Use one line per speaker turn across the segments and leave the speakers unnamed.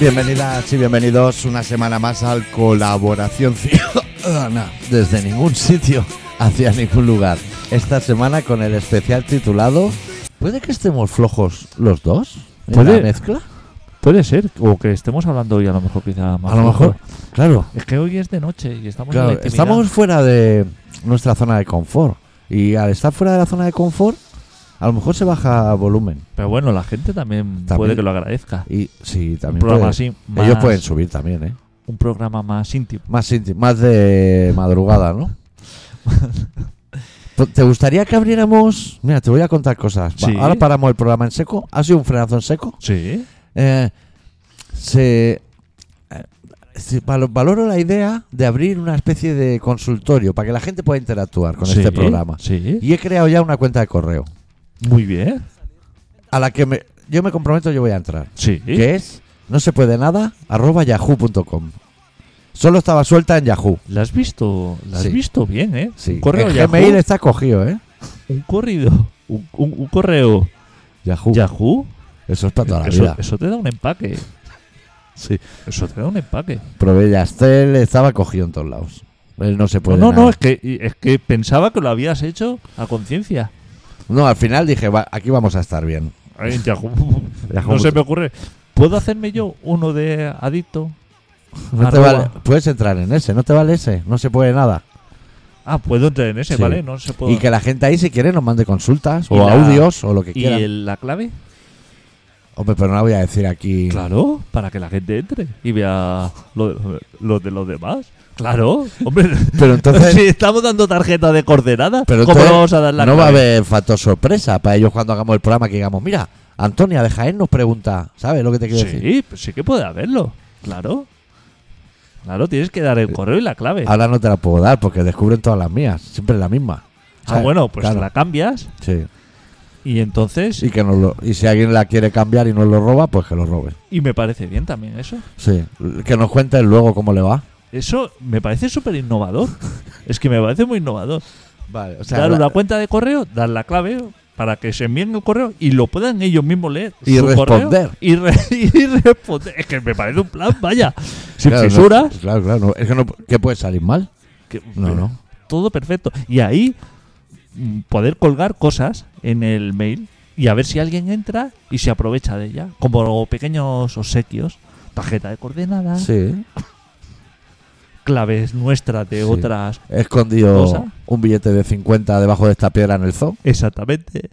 Bienvenidas y bienvenidos una semana más al Colaboración Ciudadana. Desde ningún sitio hacia ningún lugar. Esta semana con el especial titulado ¿Puede que estemos flojos los dos? en
Puede.
la mezcla?
Puede ser, o que estemos hablando hoy a lo mejor quizá más.
A lo mejor. Claro,
Es que hoy es de noche y estamos en la
claro.
intimidad.
Estamos fuera de nuestra zona de confort. Y al estar fuera de la zona de confort, a lo mejor se baja volumen.
Pero bueno, la gente también,
También.
puede que lo agradezca.
Y sí,
Un
también.
programa
puede-
así más,
Ellos pueden subir también, ¿eh?
un programa más íntimo.
Más, ínti- más de madrugada, ¿no? ¿Te gustaría que abriéramos? Mira, te voy a contar cosas. Va,
Sí.
ahora paramos el programa en seco. Ha sido un frenazo en seco.
Sí.
Eh, se, eh, se valo- valoro la idea de abrir una especie de consultorio para que la gente pueda interactuar con
Sí,
este programa.
Sí.
Y he creado ya una cuenta de correo
Muy bien.
a la que me- yo me comprometo, yo voy a entrar.
Sí.
Que es no se puede nada arroba yahoo.com. Solo estaba suelta en Yahoo.
La has visto, la has
Sí.
visto bien, ¿eh?
Sí.
Un correo
el
Yahoo,
Gmail está cogido, ¿eh?
un corrido, un, un- un correo
Yahoo.
Yahoo.
Eso es para Uh. toda la
Eso,
vida.
eso te da un empaque.
Sí.
Eso te da un empaque.
Provellastel estaba cogido en todos lados. Él no se
No,
puede.
no,
nada.
no, es que, es que pensaba que lo habías hecho a conciencia.
No, al final dije, "Va, aquí vamos a estar bien.
Ay, Yahoo.
Yahoo.
No se me ocurre. ¿Puedo hacerme yo uno de adicto?
No te
Arroba.
vale- puedes entrar en ese, no te vale ese, no se puede nada.
Ah, puedo entrar en ese,
Sí.
¿vale? No se puede.
Y que la gente ahí, si quiere, nos mande consultas
Y
o
la-
audios o lo que
¿Y
quiera.
el- la clave?
Hombre, pero no la voy a decir aquí.
Claro, para que la gente entre y vea lo, de- lo de los demás. Claro, hombre.
Pero entonces,
si estamos dando tarjeta de coordenadas,
pero
¿cómo
entonces
le vamos a dar la
no va a
clave?
haber factor sorpresa para ellos cuando hagamos el programa que digamos, mira, Antonia de Jaén nos pregunta, ¿sabes lo que te quiero decir?
Sí, pues sí que puede haberlo. Claro. Claro, tienes que dar el correo y la clave.
Ahora no te la puedo dar porque descubren todas las mías, siempre la misma.
Ah, bueno, pues
claro.
la cambias
Sí.
y entonces.
Y que nos lo- y si alguien la quiere cambiar y nos lo roba, pues que lo robe.
y me parece bien también eso.
Sí. Que nos cuente luego cómo le va.
Eso me parece súper innovador. es que me parece muy innovador.
Vale, o
dar una cuenta de correo, dar la clave para que se envíen el correo y lo puedan ellos mismos leer.
Y
su correo
responder.
y, re- y responder. Es que me parece un plan, vaya. Sin
claro, no-
fisuras.
claro, claro. no, es que no, ¿qué puede salir mal?
que-
No, no.
Todo perfecto. Y ahí mm, poder colgar cosas en el mail y a ver si alguien entra y se aprovecha de ella. Como pequeños obsequios. Tarjeta de coordenadas,
Sí.
claves nuestras de
Sí.
otras.
He escondido
Cosa.
un billete de 50 debajo de esta piedra en el zoo.
Exactamente.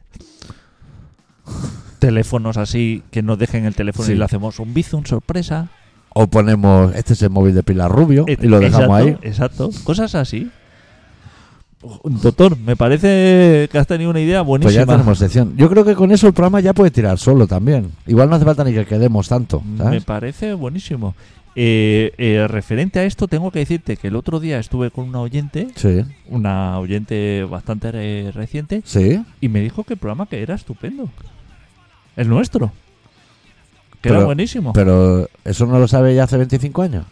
Teléfonos así que nos dejen el teléfono
Sí.
y le hacemos un bizum sorpresa.
O ponemos, este es el móvil de Pilar Rubio y lo dejamos
exacto,
ahí.
Exacto. Cosas así. Doctor, me parece que has tenido una idea
Pues ya
buenísima.
tenemos sección. Yo creo que con eso el programa ya puede tirar solo también. Igual no hace falta ni que quedemos tanto.
me
¿sabes?
parece buenísimo. Eh, eh, referente a esto, tengo que decirte que el otro día estuve con una oyente,
Sí,
una oyente bastante re- reciente,
sí.
y me dijo que el programa que era estupendo. El nuestro. Que era
Pero-
buenísimo.
Pero eso no lo sabe ya hace 25 años.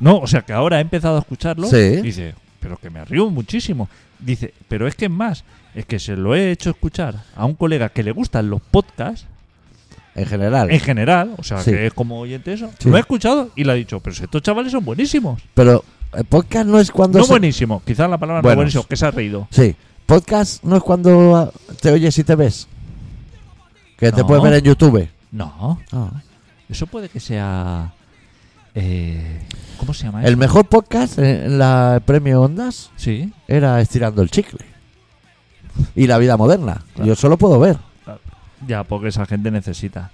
No, o sea que ahora he empezado a escucharlo.
Sí.
y Dice, pero que me río muchísimo. Dice, pero es que es más, es que se lo he hecho escuchar a un colega que le gustan los podcasts
En general.
en general, o sea
Sí.
que es como oyente eso.
Sí.
Lo he escuchado y le ha dicho, pero si estos chavales son buenísimos.
Pero el podcast no es cuando.
No
se-
buenísimo, quizás la palabra
Buenos.
no buenísimo, que se ha reído.
Sí, podcast no es cuando ah, te oyes y te ves. Que te
No. Ah.
puedes ver en YouTube.
No, eso puede que sea. eh, ¿Cómo se llama eso?
El mejor podcast en en la premio Ondas
Sí,
era Estirando el Chicle. Y la vida moderna.
Claro.
Yo solo puedo ver.
ya, porque esa gente necesita.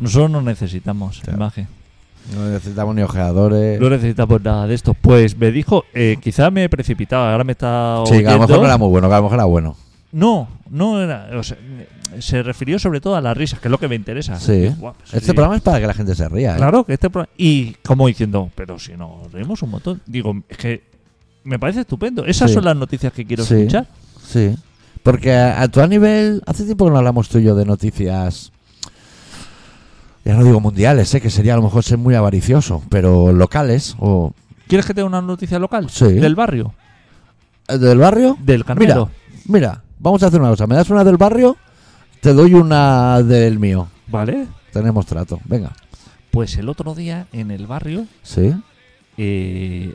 Nosotros no necesitamos
Claro.
imagen.
No necesitamos ni ojeadores.
No necesitamos nada de esto. Pues me dijo, eh, quizá me he precipitado, ahora me está.
Sí, que a lo
oyendo.
mejor no era muy bueno, que a lo mejor era bueno.
No, no era. o sea, se refirió sobre todo a las risas, que es lo que me interesa.
Sí.
Buah, pues
Este
sí.
programa es para que la gente se ría. ¿eh?
Claro, que este programa. Y como diciendo, pero si nos reímos un montón. Digo, es que me parece estupendo. Esas
Sí.
son las noticias que quiero
Sí.
escuchar.
Sí. Porque a, a tu a nivel, hace tiempo que no hablamos tuyo de noticias, ya no digo mundiales, ¿eh? que sería a lo mejor ser muy avaricioso, pero locales o
¿Quieres que tenga una noticia local?
Sí.
Del barrio,
eh, del barrio.
del Carmelo.
Mira, vamos a hacer una cosa, me das una del barrio, te doy una del mío,
¿Vale?
tenemos trato, venga.
Pues el otro día en el barrio
¿Sí?
eh,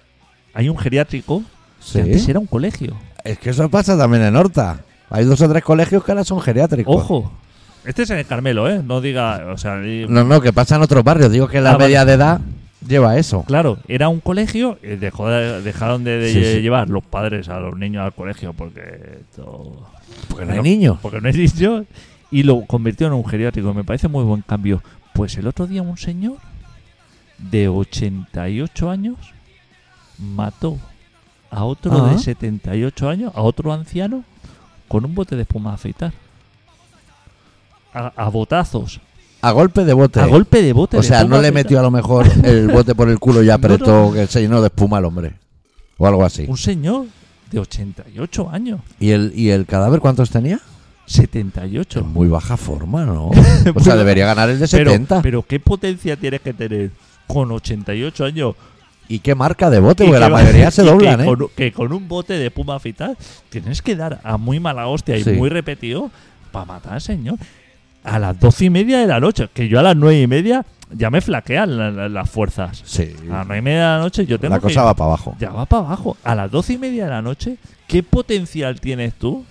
hay un geriátrico
¿Sí?
que antes era un colegio.
Es que eso pasa también en Horta. Hay dos o tres colegios que ahora son geriátricos.
Ojo. Este es en el Carmelo, ¿eh? No diga. O sea, eh,
No, no, que pasa en otros barrios. Digo que la
Ah, vale.
media de edad lleva eso.
Claro, era un colegio, eh, dejó de- dejaron de, de
Sí, sí.
llevar los padres a los niños al colegio porque esto-
Porque no hay niños.
porque no hay niños, y lo convirtió en un geriátrico. Me parece muy buen cambio. Pues el otro día un señor de 88 años mató a otro
Ah.
de 78 años, a otro anciano, con un bote de espuma a afeitar. A, a botazos,
A golpe de bote. ¿eh?
a golpe de bote.
o
de
sea,
espuma
no
a
le
afeitar.
metió a lo mejor el bote por el culo y apretó
No, no.
que se llenó de espuma al hombre. O algo así.
Un señor de 88 años.
¿Y el, ¿Y el cadáver cuántos tenía?
78.
Muy baja forma, ¿no? O sea, debería ganar el de
Pero,
70.
pero ¿qué potencia tienes que tener con 88 años?
¿Y qué marca de bote?
Y
Porque
que
la
va-
mayoría se
y que
doblan, ¿eh?
con- que con un bote de puma fital tienes que dar a muy mala hostia y
Sí.
muy repetido para matar al señor. A las 12 y media de la noche, que yo a las 9 y media ya me flaquean la- la- las fuerzas.
Sí.
A las 9 y media de la noche yo Ah, tengo
La
que...
cosa va para abajo.
Ya va para abajo. A las 12 y media de la noche, ¿qué potencial tienes tú?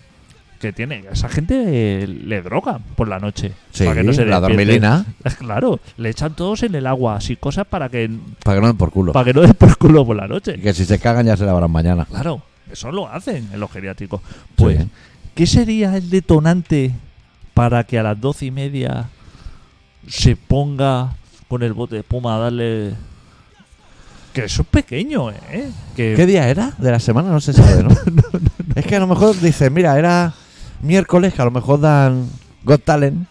Que tiene. Esa gente eh, le droga por la noche.
Sí,
para que no se
la
despierten.
dormilina,
Claro, le echan todos en el agua, así cosas para que,
para que no den por culo.
para que no des por culo por la
Y
noche.
que si se cagan ya se lavarán mañana.
Claro, eso lo hacen en los geriátricos. Pues,
Sí.
¿qué sería el detonante para que a las doce y media se ponga con el bote de espuma a darle. Que eso es pequeño, ¿eh? Que
¿Qué día era de la semana? No se sabe, ¿no? Es que a lo mejor dicen, mira, era miércoles, que a lo mejor dan Got Talent.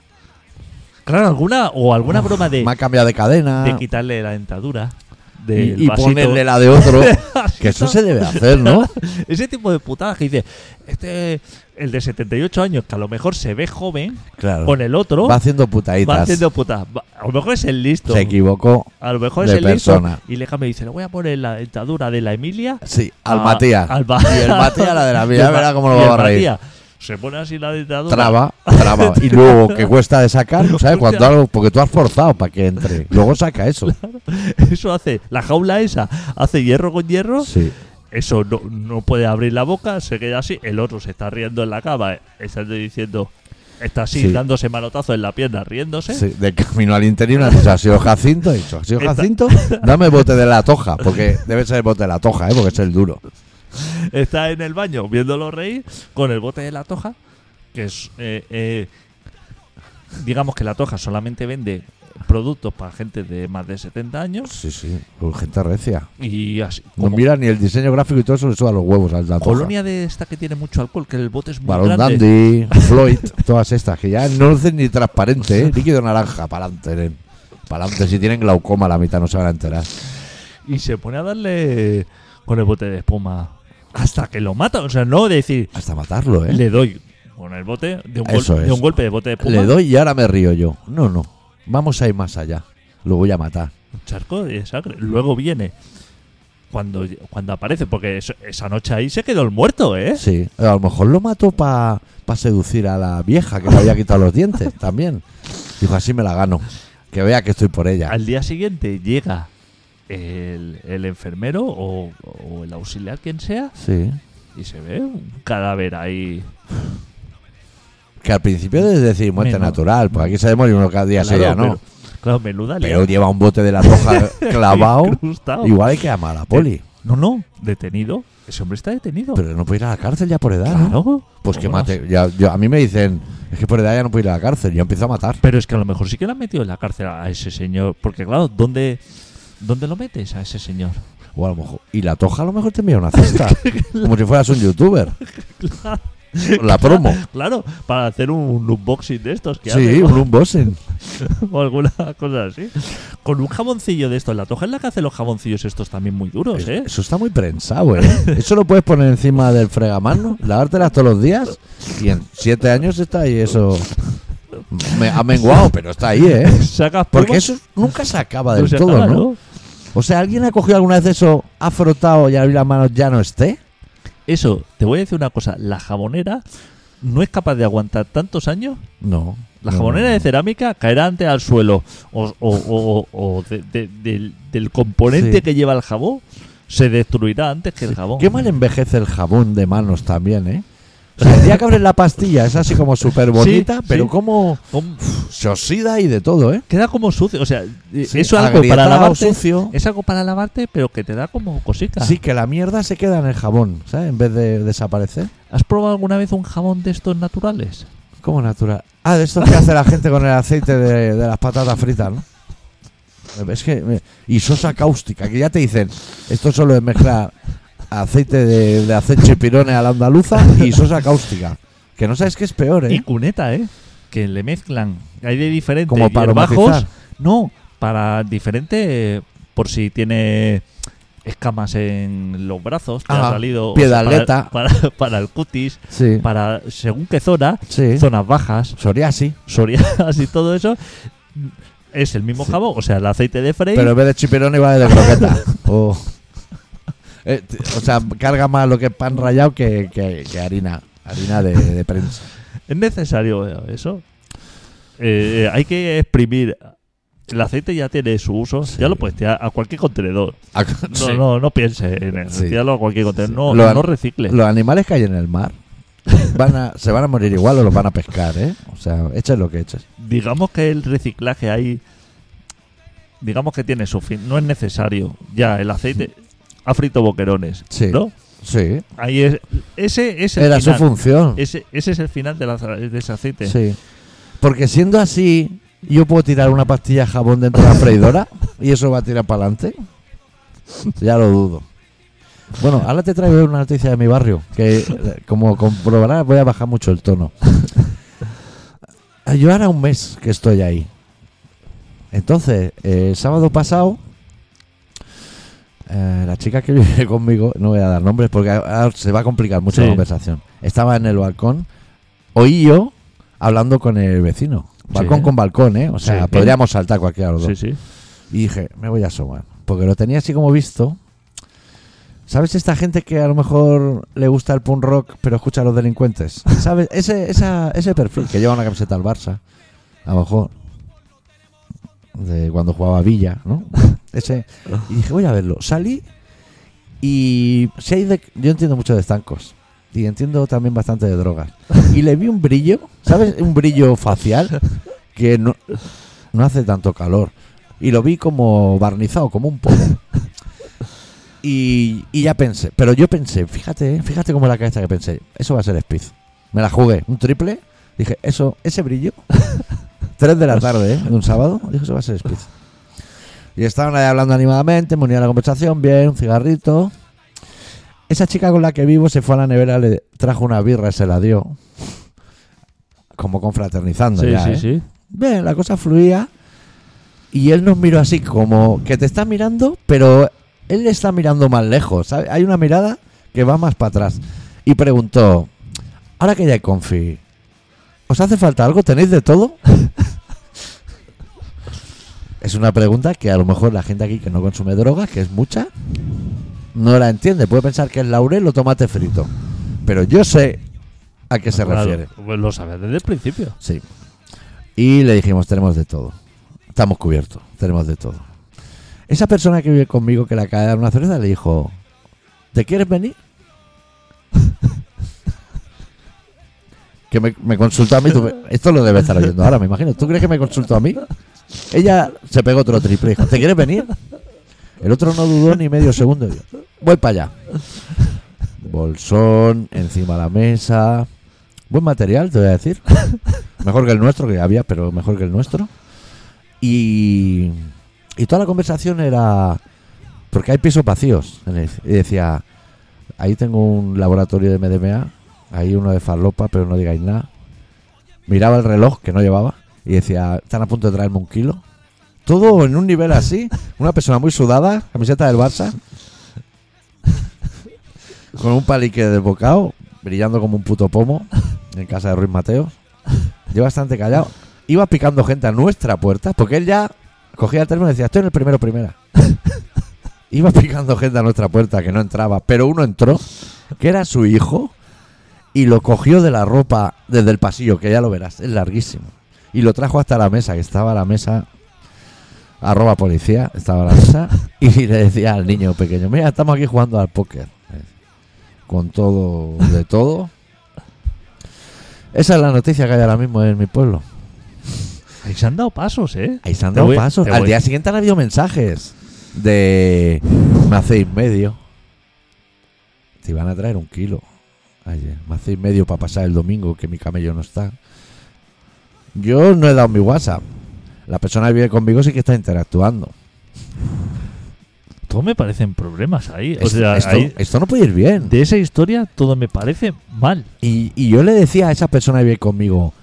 Claro, alguna o alguna broma de,
Me ha cambiado de cadena.
de quitarle la dentadura
y-
del
y
vasito.
ponerle la de otro. que eso se debe hacer, ¿no?
Ese tipo de putadas que dice, este el de 78 años que a lo mejor se ve joven
Claro.
con el otro
Va haciendo
va
putaditas.
haciendo putadas. Va- A lo mejor es el listo.
Se equivocó.
A lo mejor es
de
el
persona.
listo. Y Leja me dice, le voy a poner la dentadura de la Emilia
Sí, Ah, al
a-
Matías.
al ba-
Y el Matías la de la
y
vida,
el ba-
verá cómo lo
y el
va a reír.
Matías. Se pone así la dentadura.
Traba, traba. Y luego, que cuesta de sacar, ¿sabes? Cuando
Hostia.
algo, porque tú has forzado para que entre. Luego saca eso.
Eso hace, la jaula esa, hace hierro con hierro.
Sí.
Eso no, no puede abrir la boca, se queda así. El otro se está riendo en la cama, eh, está diciendo, está así,
Sí.
dándose manotazo en la pierna, riéndose.
Sí, de camino al interior, una cosa, ha sido Jacinto, he dicho, ha sido
Esta-
Jacinto, dame bote de la toja, porque debe ser el bote de la toja, ¿eh? porque es el duro.
Está en el baño viéndolo reír con el bote de la toja, que es, eh, eh, digamos que la toja solamente vende productos para gente de más de 70 años
Sí, sí, pues gente recia.
y así.
No
Como
mira ni el diseño gráfico y todo eso le suda los huevos al de la toja.
colonia de esta que tiene mucho alcohol, que el bote es muy
Barón
grande.
Dandy, Floyd, todas estas, que ya no lucen ni transparente, ¿eh? líquido naranja, para adelante. Para adelante, si tienen glaucoma la mitad no se van a enterar.
Y se pone a darle con el bote de espuma hasta que lo mata. O sea, no decir,
Hasta matarlo, ¿eh?
Le doy con el bote de un, gol-
Eso es.
de un golpe de bote de espuma.
Le doy y ahora me río yo. No, no, vamos a ir más allá. Lo voy a matar.
Un charco de sangre. Luego viene. Cuando, cuando aparece, porque eso- esa noche ahí se quedó el muerto, ¿eh?
Sí, a lo mejor lo mató para seducir a la vieja que le había quitado los dientes también. Dijo, así me la gano. Que vea que estoy por ella.
Al día siguiente llega el, el enfermero o, o el auxiliar, quien sea,
Sí.
y se ve un cadáver ahí.
Que al principio debes decir muerte
Menos.
natural, pues aquí se demora uno cada día
Claro,
sería, ¿no?
pero- claro, menuda
Pero,
le-
lleva un bote de la roja clavado.
incrustado. Eh,
Igual hay que llamar a la poli.
No, no, detenido. Ese hombre está detenido.
Pero no puede ir a la cárcel ya por edad, ¿no?
claro.
Pues que
¿Cómo no?
mate. ya- yo- a mí me dicen, es que por edad ya no puedo ir a la cárcel. Yo empiezo a matar.
Pero es que a lo mejor sí que lo han metido en la cárcel a ese señor. Porque, claro, ¿dónde, dónde lo metes a ese señor?
O a lo mejor. Y la toja a lo mejor te envía una cesta. como si fueras un youtuber. La promo.
Claro, para hacer un unboxing de estos que
Sí,
hacen,
un unboxing.
¿no? o alguna cosa así. Con un jaboncillo de estos. La toja es la que hace los jaboncillos estos también muy duros, ¿eh?
Eso está muy prensado, ¿eh? Eso lo puedes poner encima del fregamano, lavártelas todos los días y en siete años está ahí eso. Me ha menguado, pero está ahí, ¿eh?
Sacas
Porque
pluma,
eso nunca se acaba
Pues no
del
se
todo,
acaba,
¿no?
¿no?
O sea, ¿alguien ha cogido alguna vez eso, ha frotado y abrir las manos ya no esté?
Eso, te voy a decir una cosa. La jabonera no es capaz de aguantar tantos años
No.
La
No,
jabonera
no,
de
no.
cerámica caerá ante al suelo o, o- o- o- o de- de- del, del componente
Sí.
que lleva el jabón se destruirá antes que el jabón.
Qué mal envejece el jabón de manos también, ¿eh? O sea, el día que abres la pastilla es así como súper bonita,
Sí,
pero
sí.
como
Com-
se oxida y de todo, ¿eh?
Queda como sucio. O sea, eh,
Sí,
eso es algo para
agrietado,
lavarte.
sucio.
Es algo para lavarte, pero que te da como cosica.
Sí, que la mierda se queda en el jabón, ¿sabes? En vez de desaparecer.
¿Has probado alguna vez un jabón de estos naturales?
Como natural. Ah, de esto que hace la gente con el aceite de, de las patatas fritas, ¿no? Es que. eh, Y sosa cáustica, que ya te dicen, esto solo es mezclar aceite de, de hacer chipirones a la andaluza y sosa cáustica. Que no sabes qué es peor,
Y
¿eh?
cuneta, ¿eh? Que le mezclan. Hay de diferentes
Como para
hierbajos.
aromatizar.
No, para diferente. eh, Por si tiene escamas en los brazos, te ha
Ah,
salido. o
piedaleta.
sea, para, para, para el cutis,
Sí.
para según qué zona,
Sí.
zonas bajas,
Psoriasis.
psoriasis y todo eso. Es el mismo jabón, o sea, el aceite de freír.
Pero en vez de chipirón iba de croqueta. Oh. Eh, t- o sea, carga más lo que es pan rallado que, que- que harina. Harina de, de prensa.
¿Es necesario eso? Eh, eh, hay que exprimir. El aceite ya tiene su uso. Ya lo puedes tirar a cualquier contenedor.
Ah,
No,
sí.
no, no piense en eso.
Sí.
Tíralo a cualquier contenedor.
Sí.
No,
Lo-
no recicle.
Los animales que hay en el mar van a- se van a morir igual o los van a pescar, ¿eh? O sea, eches lo que eches.
Digamos que el reciclaje ahí. Digamos que tiene su fin. No es necesario. Ya, el aceite. Ha frito boquerones.
Sí.
¿No?
Sí.
Ahí es. Ese es el
Era su
final.
función.
ese, ese es el final de, la- de ese aceite.
Sí. Porque siendo así, yo puedo tirar una pastilla de jabón dentro de la freidora y eso va a tirar para adelante. Ya lo dudo. Bueno, ahora te traigo una noticia de mi barrio, que eh, como comprobarás voy a bajar mucho el tono. Ah, Yo ahora un mes que estoy ahí. Entonces, eh, el sábado pasado, eh, la chica que vive conmigo, no voy a dar nombres porque ahora se va a complicar mucho
Sí.
la conversación, estaba en el balcón, oí yo hablando con el vecino. Balcón
Sí.
con balcón, ¿eh? O sea,
Sí.
podríamos saltar cualquiera de los dos.
sí. sí.
Y dije, me voy a asomar. Porque lo tenía así como visto. ¿Sabes esta gente que a lo mejor le gusta el punk rock pero escucha a los delincuentes? ¿Sabes? Ese, esa- ese perfil que lleva una camiseta al Barça. A lo mejor. De cuando jugaba Villa, ¿no? Ese. Y dije, voy a verlo. Salí y si hay de- yo entiendo mucho de estancos. Y entiendo también bastante de drogas. Y le vi un brillo, ¿sabes? Un brillo facial que no, no hace tanto calor. Y lo vi como barnizado, como un poco. Y, y ya pensé, pero yo pensé, fíjate, ¿eh? fíjate como la cabeza que pensé, eso va a ser Speed. Me la jugué, un triple, dije, eso, ese brillo, 3 de la tarde, ¿eh? de un sábado, dije, eso va a ser Speed. Y estaban ahí hablando animadamente, me unía a la conversación, bien, un cigarrito. Esa chica con la que vivo se fue a la nevera, le trajo una birra, se la dio. Como confraternizando
Sí,
ya,
sí,
¿eh?
sí.
Bien, la cosa fluía. Y él nos miró así, como que te está mirando, pero él está mirando más lejos. ¿sabe? Hay una mirada que va más para atrás. Y preguntó: Ahora que ya hay confi, ¿os hace falta algo? ¿Tenéis de todo? es una pregunta que a lo mejor la gente aquí que no consume drogas, que es mucha, no la entiende. Puede pensar que es laurel o tomate frito. Pero yo sé a qué se
Claro,
refiere.
Pues lo sabes desde el principio.
Sí. Y le dijimos, tenemos de todo. Estamos cubiertos, tenemos de todo. Esa persona que vive conmigo, que le acaba de dar una cerveza, le dijo, ¿te quieres venir? que me, me consultó a mí. tú me- esto lo debe estar oyendo ahora, me imagino. ¿Tú crees que me consultó a mí? Ella se pegó otro triple y dijo, ¿te quieres venir? El otro no dudó ni medio segundo. y yo, Voy para allá. Bolsón, encima la mesa. Buen material, te voy a decir. Mejor que el nuestro, que había, pero mejor que el nuestro. Y, y toda la conversación era. Porque hay pisos vacíos. en el- Y decía: Ahí tengo un laboratorio de MDMA, ahí uno de farlopa, pero no digáis nada. Miraba el reloj que no llevaba y decía: Están a punto de traerme un kilo. Todo en un nivel así. Una persona muy sudada, camiseta del Barça, con un palique desbocado, brillando como un puto pomo en casa de Ruiz Mateos. Yo bastante callado. Iba picando gente a nuestra puerta, porque él ya cogía el teléfono y decía, estoy en el primero primera. Iba picando gente a nuestra puerta que no entraba, pero uno entró, que era su hijo, y lo cogió de la ropa desde el pasillo, que ya lo verás, es larguísimo. y lo trajo hasta la mesa, que estaba la mesa, arroba policía, estaba la mesa, y le decía al niño pequeño, mira, estamos aquí jugando al póker, eh, con todo, de todo. Esa es la noticia que hay ahora mismo en mi pueblo.
Ahí se han dado pasos, ¿eh?
Ahí se han
Te
dado
voy-
pasos.
te
Al
voy.
día siguiente han habido mensajes de me hacéis medio. Te iban a traer un kilo. Ayer, me hacéis medio para pasar el domingo que mi camello no está. Yo no he dado mi WhatsApp. La persona que vive conmigo sí que está interactuando.
Todo me parecen problemas ahí. O
Es-
sea,
esto,
ahí-
esto no puede ir bien.
de esa historia todo me parece mal.
Y, y yo le decía a esa persona que vive conmigo,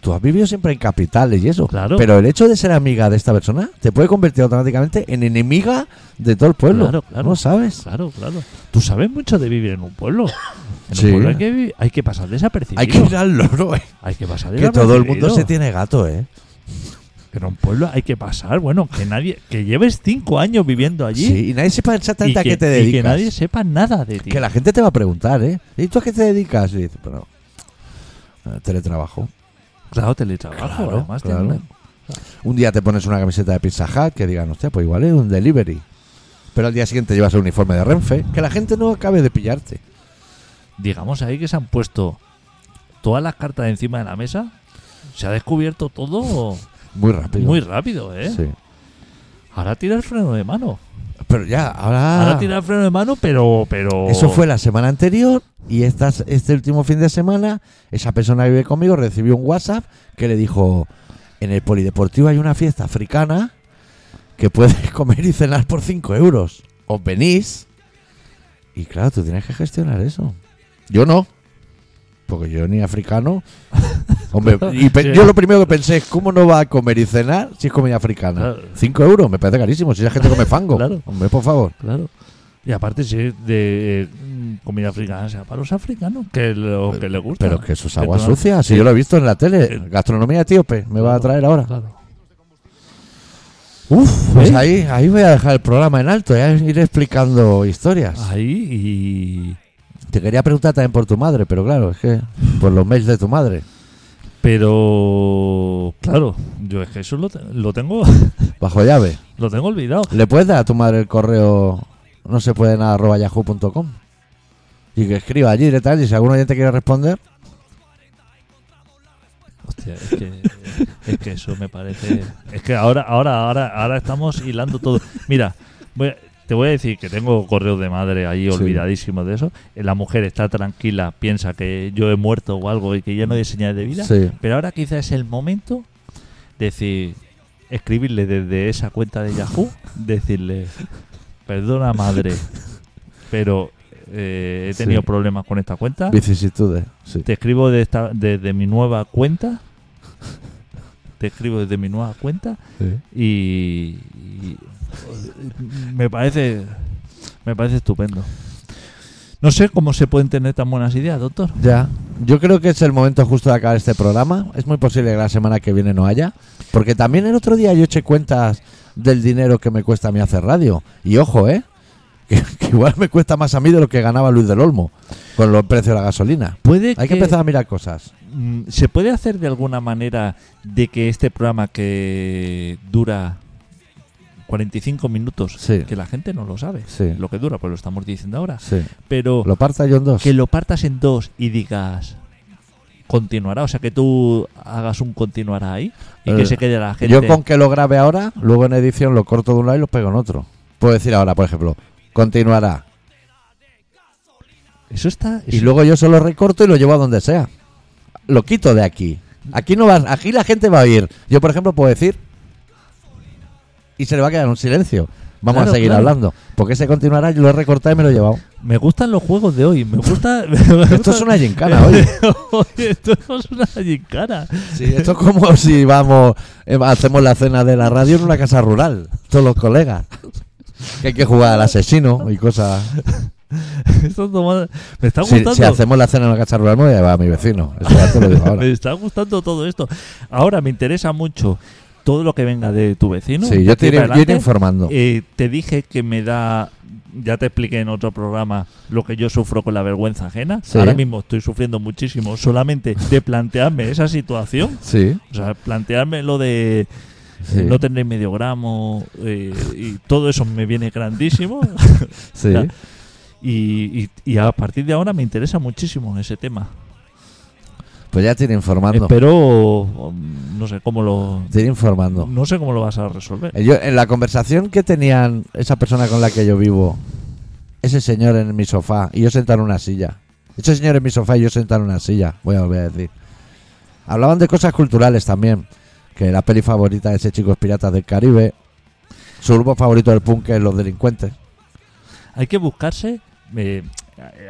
tú has vivido siempre en capitales y eso.
Claro.
Pero el hecho de ser amiga de esta persona te puede convertir automáticamente en enemiga de todo el pueblo.
Claro, claro.
No lo sabes.
Claro, claro. Tú sabes mucho de vivir en un pueblo. En
Sí.
un pueblo hay que, vi- hay que pasar desapercibido.
Hay que ir al loro, eh.
Hay que pasar
Que todo el mundo
desapercibido.
se tiene gato, eh.
Pero en un pueblo hay que pasar, bueno, que nadie, que lleves cinco años viviendo allí
Sí, y nadie sepa
y,
exactamente
que,
a qué te
y que
dedicas.
nadie sepa nada de ti.
Que la gente te va a preguntar, eh. ¿Y tú a qué te dedicas? Y dices, pero. eh, Teletrabajo.
Claro, teletrabajo,
Claro,
además,
claro.
tiene-
Un día te pones una camiseta de Pizza Hut que digan, hostia, pues igual es un delivery. Pero al día siguiente llevas el uniforme de Renfe. Que la gente no acabe de pillarte.
digamos ahí que se han puesto todas las cartas encima de la mesa. Se ha descubierto todo
Muy rápido.
muy rápido, ¿eh?
Sí.
Ahora tira el freno de mano.
Pero ya, ahora.
Ahora tira el freno de mano, pero. pero
Ah. Eso fue la semana anterior y estas- este último fin de semana esa persona que vive conmigo recibió un WhatsApp que le dijo, en el Polideportivo hay una fiesta africana que puedes comer y cenar por 5 euros. Os venís. Y claro, tú tienes que gestionar eso. Yo no. Porque yo ni africano. Hombre, y pe-
Sí.
yo lo primero que pensé es, ¿cómo no va a comer y cenar si es comida africana?
Claro.
5 euros, me parece carísimo. Si la gente come fango.
Claro.
Hombre, por favor.
Claro. Y aparte, si es de eh, comida africana, sea para los africanos, que lo que les gusta.
Pero que eso es agua
Entonces,
sucia. Si yo lo he visto en la tele,
Eh,
gastronomía etíope, me va a traer ahora.
Claro.
Uf, pues
¿eh?
ahí, ahí voy a dejar el programa en alto, ya iré explicando historias.
Ahí y.
Te quería preguntar también por tu madre, pero claro, es que por los mails de tu madre.
Pero. Claro, yo es que eso lo, te- lo tengo
Bajo llave.
lo tengo olvidado.
¿Le puedes dar a tu madre el correo no se puede nada arroba yahoo.com? Y que escriba allí directamente y si algún oyente quiere responder,
Hostia, es que, es que eso me parece. Es que ahora, ahora, ahora, ahora estamos hilando todo. Mira, voy a- te voy a decir que tengo correo de madre ahí
Sí.
olvidadísimo de eso. Eh, La mujer está tranquila, piensa que yo he muerto o algo y que ya no hay señales de vida.
sí.
Pero ahora quizás es el momento de decir, escribirle desde esa cuenta de Yahoo, decirle, perdona madre, pero eh, he tenido
Sí.
problemas con esta cuenta.
Vicisitudes. Sí.
Te escribo de esta- desde mi nueva cuenta. Te escribo desde mi nueva cuenta y, y- me parece me parece estupendo. No sé cómo se pueden tener tan buenas ideas, doctor.
Ya. Yo creo que es el momento justo de acabar este programa. Es muy posible que la semana que viene no haya. Porque también el otro día yo eché cuentas del dinero que me cuesta a mí hacer radio. Y ojo, ¿eh? Que, que igual me cuesta más a mí de lo que ganaba Luis del Olmo con los precios de la gasolina.
Puede
Hay que empezar a mirar cosas.
mm, se puede hacer de alguna manera de que este programa que dura 45 minutos,
Sí.
que la gente no lo sabe,
Sí.
lo que dura, pues lo estamos diciendo ahora,
Sí.
pero
Lo parta yo en dos.
que lo partas en dos y digas continuará, o sea que tú hagas un continuará ahí y que
Eh,
se quede la gente.
Yo con que lo grabe ahora, luego en edición lo corto de un lado y lo pego en otro. Puedo decir ahora, por ejemplo, continuará.
Eso está.
Y
eso-
luego yo solo recorto y lo llevo a donde sea. Lo quito de aquí. Aquí no vas, aquí la gente va a oír. Yo, por ejemplo, puedo decir y se le va a quedar un silencio. Vamos
Claro,
a seguir
claro.
hablando. Porque ese continuará, yo lo he recortado y me lo he llevado.
Me gustan los juegos de hoy. Me gusta. me gusta-
Esto es una gincana, oye.
Oye, esto es una gincana.
Sí, esto es como si vamos, eh, hacemos la cena de la radio en una casa rural, todos los colegas. Que hay que jugar al asesino y cosas.
Esto es tomada- Me está
Si,
gustando.
si hacemos la cena en una casa rural, me voy a llevar a mi vecino. Eso ya te lo digo ahora.
Me está gustando todo esto. Ahora me interesa mucho todo lo que venga de tu vecino.
Sí, yo te Eh, iré,
De aquí para
yo iré
adelante.
informando.
Eh, te dije que me da ya te expliqué en otro programa lo que yo sufro con la vergüenza ajena.
Sí.
Ahora mismo estoy sufriendo muchísimo solamente de plantearme esa situación.
Sí,
O sea, plantearme lo de
sí,
no tener medio gramo eh, y todo eso me viene grandísimo.
sí.
Ya. y, y- y a partir de ahora me interesa muchísimo ese tema.
Pues ya te iré informando.
Espero, um, no sé cómo lo,
Te iré informando.
no sé cómo lo vas a resolver.
Eh, yo- en la conversación que tenían esa persona con la que yo vivo, ese señor en mi sofá y yo sentado en una silla. Ese señor en mi sofá y yo sentado en una silla, voy a volver a decir. Hablaban de cosas culturales también. Que la peli favorita de ese chico es Piratas del Caribe. Su grupo favorito del punk es Los Delincuentes.
Hay que buscarse, eh,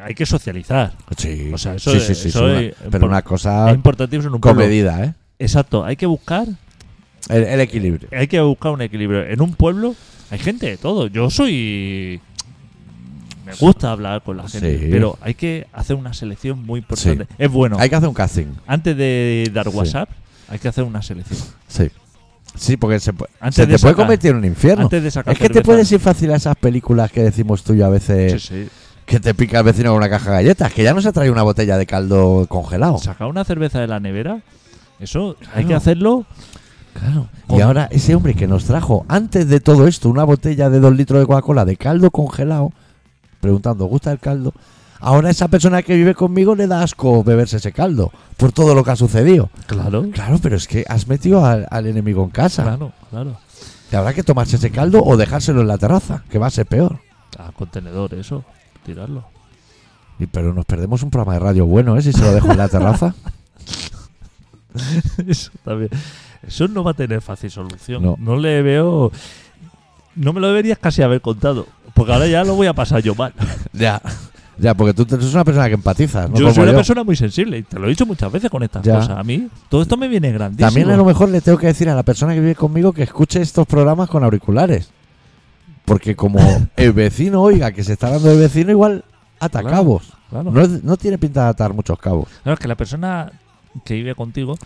hay que socializar.
Sí,
O sea, eso
sí,
es-
sí, sí,
eso
sí, una-
es-
pero
por-
una
es
cosa
importantísimo en un pueblo.
comedida, ¿eh?
Exacto, hay que buscar,
El, el equilibrio.
hay que buscar un equilibrio. En un pueblo hay gente de todo. Yo soy me gusta hablar con la gente,
Sí.
pero hay que hacer una selección muy importante. Es bueno,
Hay que hacer un casting.
antes de dar
Sí.
WhatsApp, hay que hacer una selección.
Sí. Sí, porque se, pu-
Antes
se
de
te puede
sacar-
convertir en un infierno.
Antes de sacar
Es que te
cerveza.
puedes ir fácil a esas películas que decimos tú y yo a veces
Sí, sí.
que te pica el vecino con una caja de galletas, que ya no se trae una botella de caldo congelado.
Sacar una cerveza de la nevera, eso
Oh.
hay
Claro.
que hacerlo.
Claro. Y ahora ese hombre que nos trajo antes de todo esto una botella de dos litros de Coca-Cola de caldo congelado, preguntando, ¿gusta el caldo? Ahora esa persona que vive conmigo le da asco beberse ese caldo por todo lo que ha sucedido.
Claro,
Claro, pero es que has metido al, al enemigo en casa.
claro, claro.
Y habrá que tomarse ese caldo o dejárselo en la terraza, que va a ser peor.
Al contenedor, eso, tirarlo.
Y, pero nos perdemos un programa de radio bueno, ¿eh? Si se lo dejo en la terraza.
Eso también. Eso no va a tener fácil solución.
No.
No. le veo. No me lo deberías casi haber contado. Porque ahora ya lo voy a pasar yo mal.
Ya. Ya, porque tú eres una persona que empatizas, ¿no?
yo
Como
soy una
yo.
persona muy sensible. Y te lo he dicho muchas veces con estas
Ya.
cosas. A mí todo esto me viene grandísimo.
También a lo mejor le tengo que decir a la persona que vive conmigo que escuche estos programas con auriculares. Porque como el vecino oiga que se está dando el vecino, igual ata
Claro,
cabos.
Claro.
No, es- no tiene pinta de atar muchos cabos.
Claro, es que la persona que vive contigo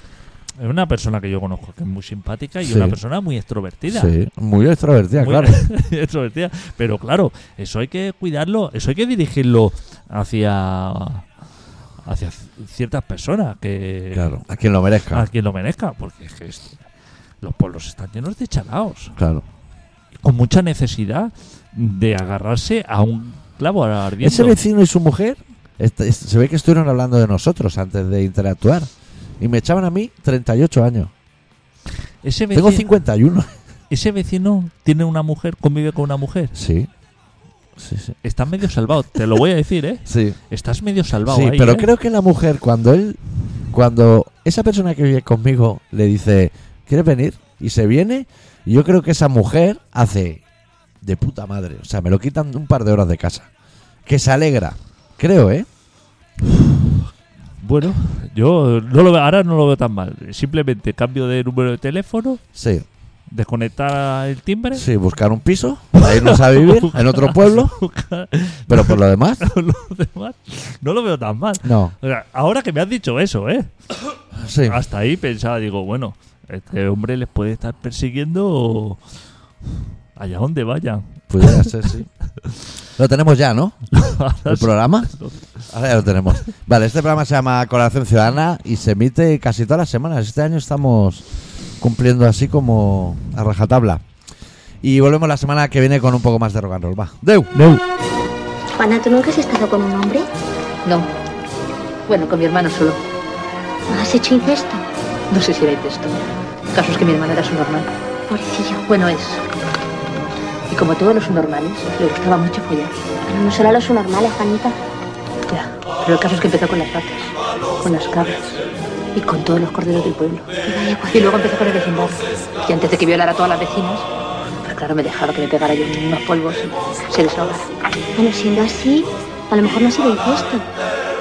es una persona que yo conozco, que es muy simpática y
Sí.
una persona muy extrovertida.
Sí, muy extrovertida,
Muy
claro.
extrovertida. Pero claro, eso hay que cuidarlo, eso hay que dirigirlo hacia hacia ciertas personas que
Claro, a quien lo
a
merezca.
quien lo merezca, porque es que es- los pueblos están llenos de chalaos,
Claro.
con mucha necesidad de agarrarse a un clavo
Ese
ardiendo.
vecino y su mujer est- est- se ve que estuvieron hablando de nosotros antes de interactuar. Y me echaban a mí 38 años.
Ese
Tengo
vecino,
51.
ese vecino tiene una mujer, convive con una mujer.
Sí. Sí, sí.
Estás medio salvado, te lo voy a decir, ¿eh?
Sí.
Estás medio salvado
sí,
ahí,
pero
¿eh?
creo que la mujer, cuando él, cuando esa persona que vive conmigo le dice, ¿quieres venir? Y se viene, yo creo que esa mujer hace de puta madre. O sea, me lo quitan un par de horas de casa. Que se alegra, creo, ¿eh?
Bueno, yo no lo veo- ahora no lo veo tan mal. Simplemente cambio de número de teléfono,
Sí,
desconectar el timbre.
sí, buscar un piso para irnos a vivir en otro pueblo, pero por lo demás,
Los demás, no lo veo tan mal.
no.
O sea, ahora que me has dicho eso, ¿eh?
Sí,
Hasta ahí pensaba, digo, bueno, este hombre les puede estar persiguiendo allá donde vayan.
pudiera ser, pues sí. Lo tenemos ya, ¿no? ¿El programa? Ahora ya lo tenemos. Vale, este programa se llama Colaboración Ciudadana y se emite casi todas las semanas. Este año estamos cumpliendo así como a rajatabla. Y volvemos la semana que viene con un poco más de rock and roll. Va. Deu.
No.
Juana, ¿tú nunca has estado con un hombre?
No. Bueno, con mi hermano solo.
¿No has hecho incesto?
No sé si era incesto. El caso es que mi hermano era subnormal.
Pobrecillo.
Bueno, es. Y como todos los subnormales, le gustaba mucho follar.
Pero no solo a los normales, Juanita.
Ya. Pero el caso es que empezó con las vacas, con las cabras y con todos los corderos del pueblo. Y luego empezó con el vecindario. Y antes de que violara a todas las vecinas, pues claro, me dejaron que me pegara yo unos polvos y se desahogara.
Bueno, siendo así, a lo mejor no ha sido incesto.